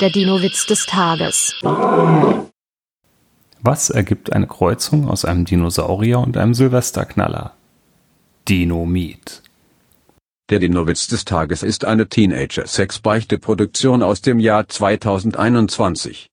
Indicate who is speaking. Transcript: Speaker 1: Der Dino-Witz des Tages.
Speaker 2: Was ergibt eine Kreuzung aus einem Dinosaurier und einem Silvesterknaller? Dinomit.
Speaker 3: Der Dinowitz des Tages ist eine Teenager-Sex-Beichte-Produktion aus dem Jahr 2021.